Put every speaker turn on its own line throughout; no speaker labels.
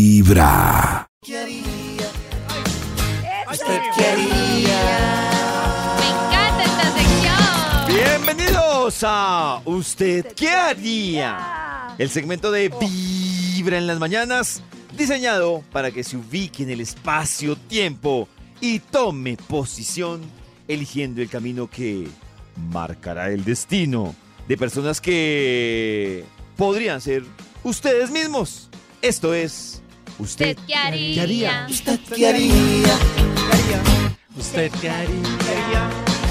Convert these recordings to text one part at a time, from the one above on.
Vibra.
Me encanta esta sección.
Bienvenidos a Usted ¿Qué haría? El segmento de Vibra en las mañanas, diseñado para que se ubique en el espacio-tiempo y tome posición, eligiendo el camino que marcará el destino de personas que podrían ser ustedes mismos. Esto es Usted
¿Usted qué haría?
¿Usted qué haría?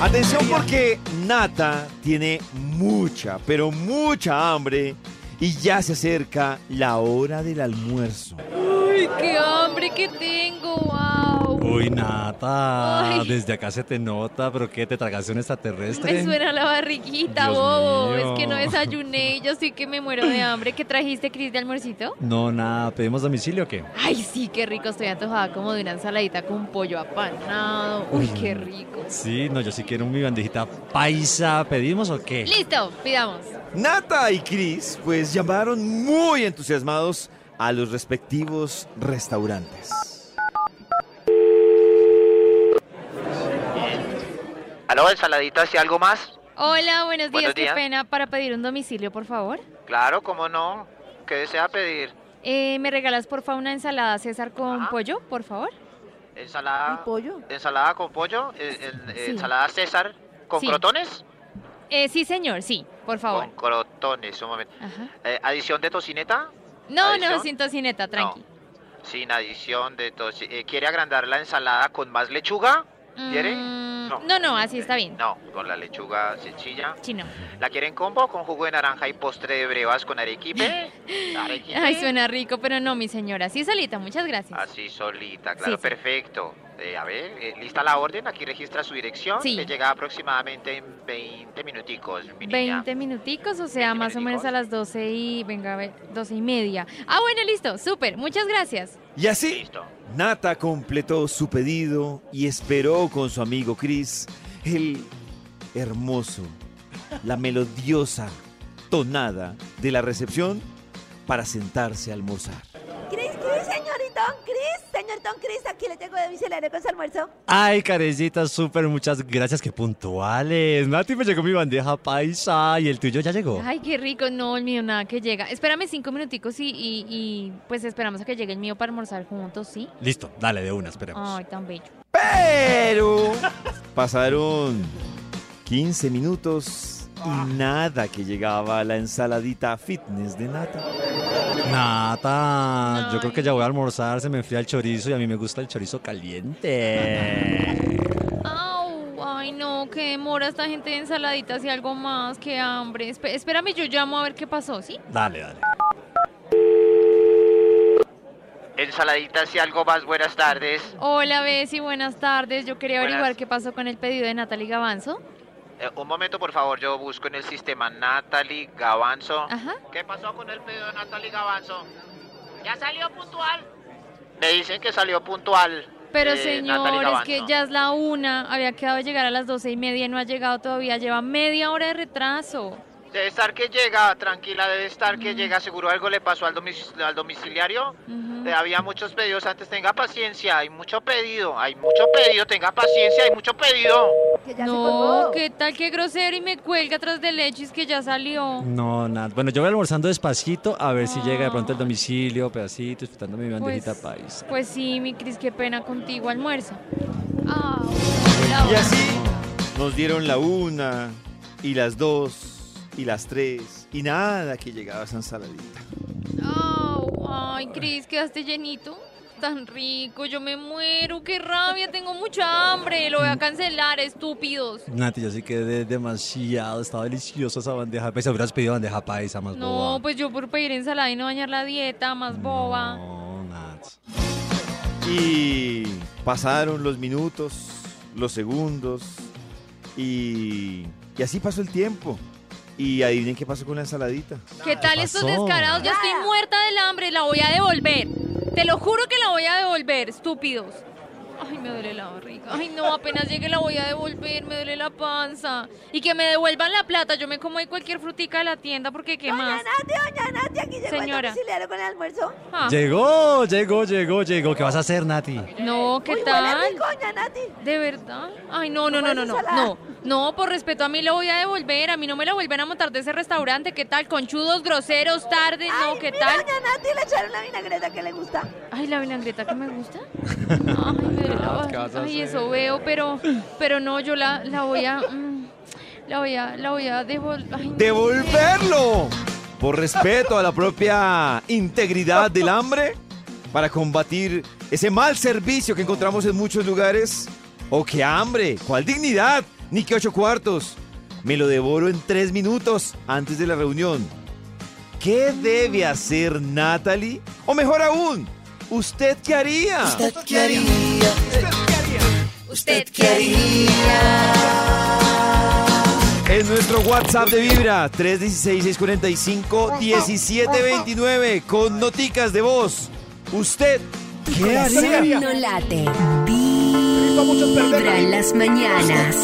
Atención porque Nata tiene mucha, pero mucha hambre y ya se acerca la hora del almuerzo.
Uy, qué hambre que tengo, wow.
Uy, Nata,
Ay.
desde acá se te nota, pero ¿qué? ¿Te tragaste un extraterrestre?
Me suena la
Este
barriguita,
Dios
bobo.
mío.
Es que no desayuné y yo sí que me muero de hambre. ¿Qué trajiste, Cris, de almuercito?
No, nada, ¿pedimos domicilio o qué?
Ay, sí, qué rico. Estoy antojada como de una ensaladita con pollo apanado. Uy, qué rico.
Sí, no, yo sí quiero mi bandejita paisa, ¿pedimos o qué?
Listo, pidamos.
Nata y Chris pues llamaron muy entusiasmados a los respectivos restaurantes.
¿Aló, ensaladitas y algo más?
Hola, buenos días.
Buenos
Qué
días.
pena para pedir un domicilio, por favor.
Claro, cómo no. ¿Qué desea pedir?
Eh, ¿Me regalas, por favor, una ensalada César con
Ajá.
pollo, por favor?
¿Ensalada?
pollo?
¿Ensalada con pollo? eh, en- eh,
Sí.
¿Ensalada César? ¿Con
Sí.
crotones?
Eh, sí, señor, sí, por favor.
Con crotones, un momento.
Ajá.
Eh, ¿Adición de tocineta?
No, no,
¿Adición?
sin tocineta, tranqui.
Sin adición de tocineta. ¿Quiere agrandar la ensalada con más lechuga? ¿Quiere?
Mm,
No.
No, no, así está bien.
No, con la lechuga sencilla.
Chino.
¿La quieren combo con jugo de naranja y postre de brevas con arequipe? ¿Arequipe?
Ay, suena rico, pero no, mi señora. Sí, solita, muchas gracias.
Así solita, claro,
Sí, sí.
perfecto. Eh, a ver, eh, lista la orden, aquí registra su dirección.
Sí.
Le llega aproximadamente en 20 minuticos, mi niña.
20 minuticos, o sea,
20
más o menos
minuticos.
a las 12 y... Venga, a ver, 12 y media. Ah, bueno, listo, súper, muchas gracias.
Y así,
Listo.
Nata completó su pedido y esperó con su amigo Chris el hermoso, la melodiosa tonada de la recepción para sentarse a almorzar.
Cris, Cris, señoritón, Cris, señoritón, Cris, aquí le tengo de miceláneo con su almuerzo.
Ay, carecita, súper, muchas gracias, que puntuales. Nati me llegó mi bandeja paisa y el tuyo ya llegó.
Ay, qué rico, no, el mío nada que llega. Espérame cinco minuticos y, y- y, pues esperamos a que llegue el mío para almorzar juntos, ¿sí?
Listo, dale, de una, esperemos.
Ay, tan bello.
Pero pasaron 15 minutos y nada que llegaba la ensaladita fitness de nata.
Nata, yo creo que
Ay.
ya voy a almorzar, se me enfría el chorizo y a mí me gusta el chorizo caliente.
Au, ay, no, qué demora esta gente de ensaladitas y algo más, qué hambre. Espe- espérame, yo llamo a ver qué pasó, ¿sí?
Dale, dale.
Ensaladitas y algo más, buenas tardes.
Hola, Bessie, buenas tardes. Yo quería
Buenas.
averiguar qué pasó con el pedido de Natalie Gavanzo.
Eh, un momento, por favor, yo busco en el sistema Natalie Gavanzo.
Ajá.
¿Qué pasó con el pedido de Natalie Gavanzo? ¿Ya salió puntual? Me dicen que salió puntual.
Pero
eh, Natalie
señor, es que
Gavanzo.
ya es la una. Había quedado de llegar a las doce y media y no ha llegado todavía. Lleva media hora de retraso.
Debe estar que llega, tranquila, debe estar
Mm.
que llega. Seguro algo le pasó al, domic- al domiciliario.
Ujú.
Eh, Había muchos pedidos antes, tenga paciencia, hay mucho pedido, hay mucho pedido, tenga paciencia, hay mucho pedido.
Que ya se
No,
colgó.
qué tal, qué grosero y me cuelga atrás del hecho, es que ya salió.
No, nada. Bueno, yo voy almorzando despacito a ver si llega de pronto el
Ay.
domicilio, pedacito, disfrutando mi bandejita
Ah. Pues-
paisa.
Pues sí, mi Cris, qué pena contigo, almuerzo.
Ah,
Au,
Y
la-
así nos dieron la una y las dos y las tres y nada que llegaba esa ensaladita.
Au, Oh, ay, Cris, quedaste llenito. Tan rico, yo me muero, qué rabia, tengo mucha hambre, lo voy a cancelar, estúpidos.
Nati, yo sí quedé demasiado. Estaba deliciosa esa bandeja paisa. Hubieras pedido bandeja paisa más
No,
boba.
pues yo por pedir ensalada y no dañar la dieta, más boba.
No, Nat.
Y pasaron los minutos, los segundos y, y así pasó el tiempo. Y adivinen qué pasó con la ensaladita.
¿Qué tal estos
pasó?
descarados? Yo estoy
Nada.
muerta del hambre, la voy a devolver. Te lo juro que la voy a devolver, estúpidos. Ay, me duele la barriga. Ay, no, apenas llegue la voy a devolver, me duele la panza. Y que me devuelvan la plata, yo me como ahí cualquier frutica de la tienda porque qué
Doña
más.
Nati, doña Nati, aquí llegó
Señora.
el domiciliario con el almuerzo.
Ah,
Llegó, llegó, llegó, llegó. ¿Qué vas a hacer, Nati?
no, ¿qué
Uy, Huele
tal?
rico, doña Nati.
¿De verdad? Ay, no, no, no, no, no,
Ensalada.
no. No, por respeto a mí lo voy a devolver. A mí no me la vuelven a montar de ese restaurante. ¿Qué tal? Conchudos, groseros, tarde,
Ay,
no, ¿qué
mira,
tal?
doña Nati le echaron la vinagreta que le gusta.
Ay, la vinagreta que me gusta. Ay, me duele la barriga. Ay, eso veo, pero, pero no, yo la, la voy a. mm, La voy a, la voy a devolver. Ay, no.
¡Devolverlo! Por respeto a la propia integridad del hambre, para combatir ese mal servicio que encontramos en muchos lugares. ¡Oh, qué hambre! ¿Cuál dignidad? Ni que ocho cuartos. Me lo devoro en tres minutos antes de la reunión. ¿Qué debe hacer Natalie? O mejor aún, ¿usted qué haría?
Usted
En nuestro WhatsApp de Vibra, 316-645-1729, con noticas de voz. ¿Usted qué haría?
No late. Vibra en las mañanas.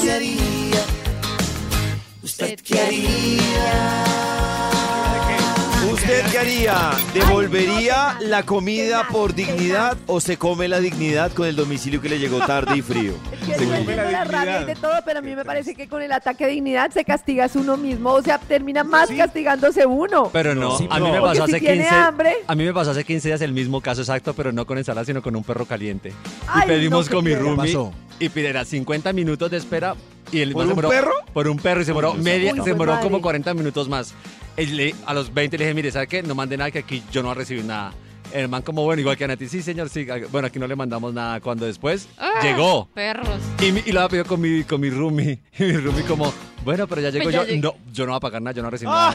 usted qué haría.
¿Usted qué haría? ¿Devolvería la comida por dignidad o se come la dignidad con el domicilio que le llegó tarde y frío?
Yo entiendo la rabia y de todo, pero a mí me parece que con el ataque de dignidad se castiga a uno mismo, o sea, termina más castigándose uno.
Pero no, a mí me
Porque
pasó
si
hace
tiene
15
hambre.
A mí me pasó hace 15 días el mismo caso exacto, pero no con ensalada, sino con un perro caliente.
Ay,
y pedimos
no,
con mi
¿qué
roomie
pasó?
y pidieron 50 minutos de espera y el
¿Por
man se
un
demoró-
perro?
Por un perro y se demoró media,
Uy,
se
fue
demoró como
madre.
40 minutos más. Y le- a los 20 le dije, "Mire, ¿sabe qué? No mande nada que aquí yo no voy a recibir nada." El man como bueno, igual que a Nati, sí, señor, sí. Bueno, aquí no le mandamos nada. Cuando después
Ah.
llegó
ah, Perros.
y, mi- y lo había pedido con mi, con mi roomie. Y mi roomie como, bueno, pero ya llegó
Pues ya
yo.
llegué.
No, yo no voy a pagar nada, yo no recibo nada.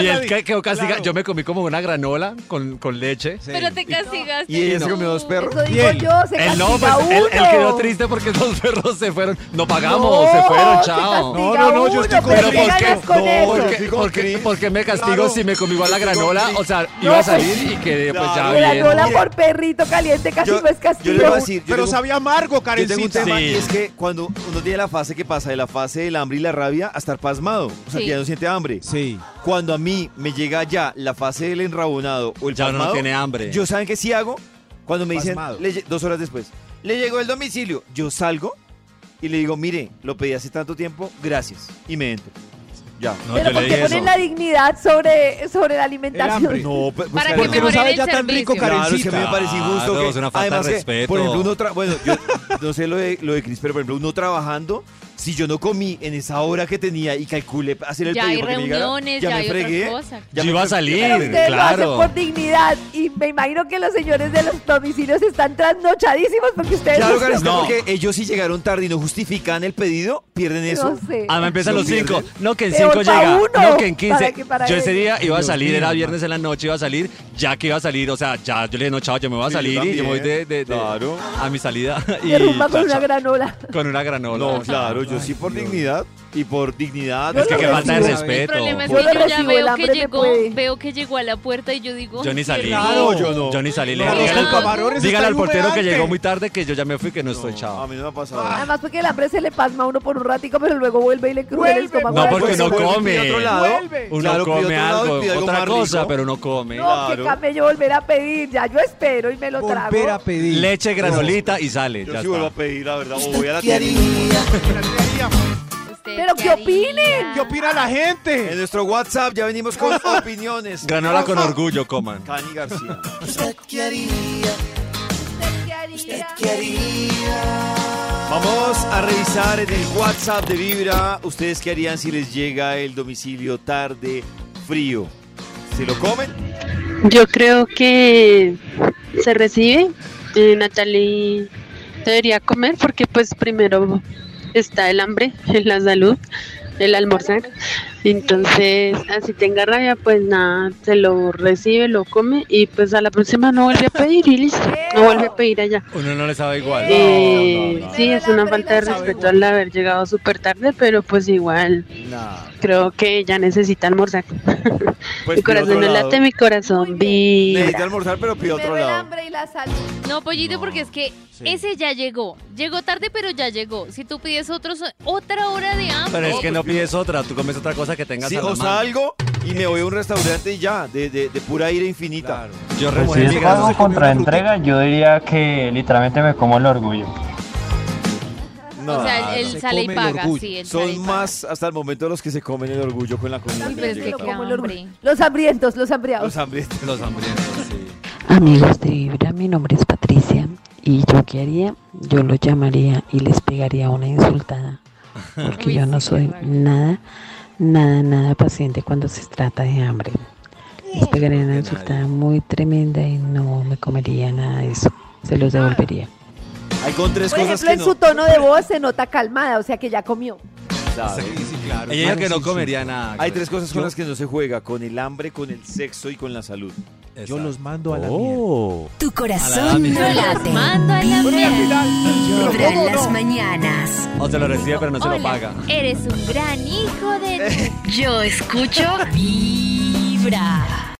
Y él que quedó castigado. Yo me comí como una granola con, con leche.
Pero te castigaste.
¿Y ella se
tú.
comió dos perros?
Eso digo yo, se castiga
Él no, pues,
uno.
él, él quedó triste porque los perros se fueron. No pagamos, se fueron, chao.
No, no, no, yo estoy con
Pero ¿por qué?
ganas con
No,
eso?
¿por qué-
Estoy con
por qué-
Cris.
por qué me castigo
Claro.
si me comí igual la
Estoy con
granola?
Cris.
O sea,
No,
iba a
pues,
salir y quedé pues ya
claro.
La
bien.
Lola
Mire.
por perrito caliente casi
Yo-
no es
yo
castigo.
le voy a decir, yo
Pero
tengo-
sabía amargo,
Yo tengo un
Karencita.
tema
Sí.
y es que cuando uno tiene la fase que pasa de la fase del hambre y la rabia a estar pasmado, o sea, que
Sí.
ya no siente hambre.
Sí.
Cuando a mí me llega ya la fase del enrabonado o el
Ya uno no
pasmado,
tiene hambre.
Yo saben que sí hago cuando me dicen
Pasmado.
le lle- dos horas después. Le llegó el domicilio, yo salgo y le digo, mire, lo pedí hace tanto tiempo, gracias y me entro. Ya.
No,
Pero ¿por qué ponen la dignidad sobre, sobre la alimentación?
El hambre.
No, pues,
Para
Karen,
que
Porque no
mejoren
sabe
el
ya tan rico,
servicio.
Claro, es que
Karencita.
a mí me parece injusto
Claro,
que,
es una falta de
además que,
respeto.
por ejemplo, uno tra- bueno, yo no sé lo de, lo de Cris, pero por ejemplo, uno trabajando, si yo no comí en esa hora que tenía y calculé hacer el
Ya
pedido
hay
porque me llegara,
reuniones, ya
ya me
hay
fregué,
otras cosas.
ya
Yo
me
iba a
fregué.
salir.
Pero ustedes lo
claro.
hacen por dignidad y me imagino que los señores de los domicilios están trasnochadísimos porque ustedes
Claro,
no-
Karencita,
No.
porque ellos si llegaron tarde y no justifican el pedido, pierden eso.
no sé.
Ah, me empiezan
Lo
los 5.
pierden.
No, que en
Peor
5
pa'
llega.
uno.
No, que en
Para
15.
que para
Yo ese
ellos.
día iba a
Dios
salir, era
mío,
viernes en la noche, iba a salir. Ya que iba a salir, o sea, ya yo le dije, no, chao, yo me voy a
Sí, yo
salir y yo voy de,
también,
de- de-
claro.
a mi salida. Y
Derrumba
chao,
con una
chao.
granola.
Con una granola.
No, claro, yo sí por dignidad y por dignidad.
Es que
qué
Yo lo
falta de
recibo.
El
respeto.
problema es
Yo
que
lo
yo ya
recibo, el
veo que
hambre me
llegó,
puede.
veo que llegó a la puerta y yo digo.
Yo ni
"Qué
salí.
raro".
Claro, yo no.
Yo ni salí. le
No,
dije,
los
dígale al-
camarones
dígale al
están
portero que
humeantes.
llegó muy tarde que yo ya me fui, que no, estoy
A
chao.
mí no me ha pasado.
Además porque el hambre se le pasma a uno por un ratico, pero luego vuelve y le cruje el
Vuelve,
estómago.
No,
Ay,
porque
Pues,
uno
vuelve y pide
come.
otro lado.
Vuelve.
Uno
Claro, pide
come
otro lado y
algo,
pide algo
otra
más
cosa,
rico.
pero uno come.
No,
Claro.
que camello volver a pedir, ya yo espero y me lo trago.
Volver a pedir.
Leche, granolita y sale. ya
Yo sí
está.
vuelvo a pedir, la verdad. O voy a la tienda.
¿Usted
Pero
qué
que opinen,
haría?
¿Qué opina la
En
gente?
nuestro WhatsApp ya venimos con opiniones.
Granola con orgullo, coman.
Cani García. Vamos a revisar en el WhatsApp de Vibra. ¿Ustedes qué harían si les llega el domicilio tarde, frío? ¿Se lo comen?
Yo creo que se recibe. Eh, Natalie debería comer porque pues primero está el hambre, la salud, el almorzar. Entonces, así tenga rabia, pues nada, se lo recibe, lo come y pues a la próxima no vuelve a pedir y listo, no vuelve a pedir allá.
Uno no le sabe igual.
Eh,
No, no, no.
sí, es una falta de respeto al haber llegado súper tarde, pero pues igual
No.
creo que ya necesita almorzar.
Pues, por
mi corazón
otro
no
lado.
late, mi corazón
Necesita
vibra.
almorzar, pero pide otro
Primero el
lado.
hambre y la salud.
No, pollito,
No,
porque es que
sí.
ese ya llegó. Llegó tarde, pero ya llegó. Si tú pides otro, so- otra hora de hambre.
Pero es que no pides otra, tú comes otra cosa que tengas
Sí,
a la
o
mano.
salgo y me voy a un restaurante y ya, de, de- de pura ira infinita.
Claro. Yo
Pues si
remojé
es
migas, no
pago
se come
contra
una fruta.
entrega, yo diría que literalmente me como el orgullo.
No,
o sea, él, él
se
sale y
come el
paga.
orgullo.
sí, él sale y
son
paga.
más hasta el momento los que se comen el orgullo con la comida.
Uy,
que
pero es
llega
que
Yo
acá.
qué
como el orgullo.
hambre.
Los hambrientos, los hambriados.
Los hambrientos.
Los hambrientos, sí.
Amigos de Vibra, mi nombre es Patricia y yo qué haría, yo los llamaría y les pegaría una insultada, porque
Uy,
yo
sí,
no
qué
soy
rabia.
nada, nada, nada paciente cuando se trata de hambre. Les pegaría una insultada muy tremenda y no me comería nada de eso, se los devolvería.
Hay con tres
Por
cosas
ejemplo,
que
en su
no.
tono de voz se nota calmada, o sea que ya comió.
Ella
Claro.
dijo que no comería nada.
Hay tres cosas con las que no se juega, con el hambre, con el sexo y con la salud.
Yo los
mando
Oh.
Tu
A la
corazón
dama.
no late.
Mando a la mierda.
Vibra en las mañanas.
O te lo recibe, pero no se lo
Hola,
paga.
Eres un gran hijo de...
Yo escucho Vibra.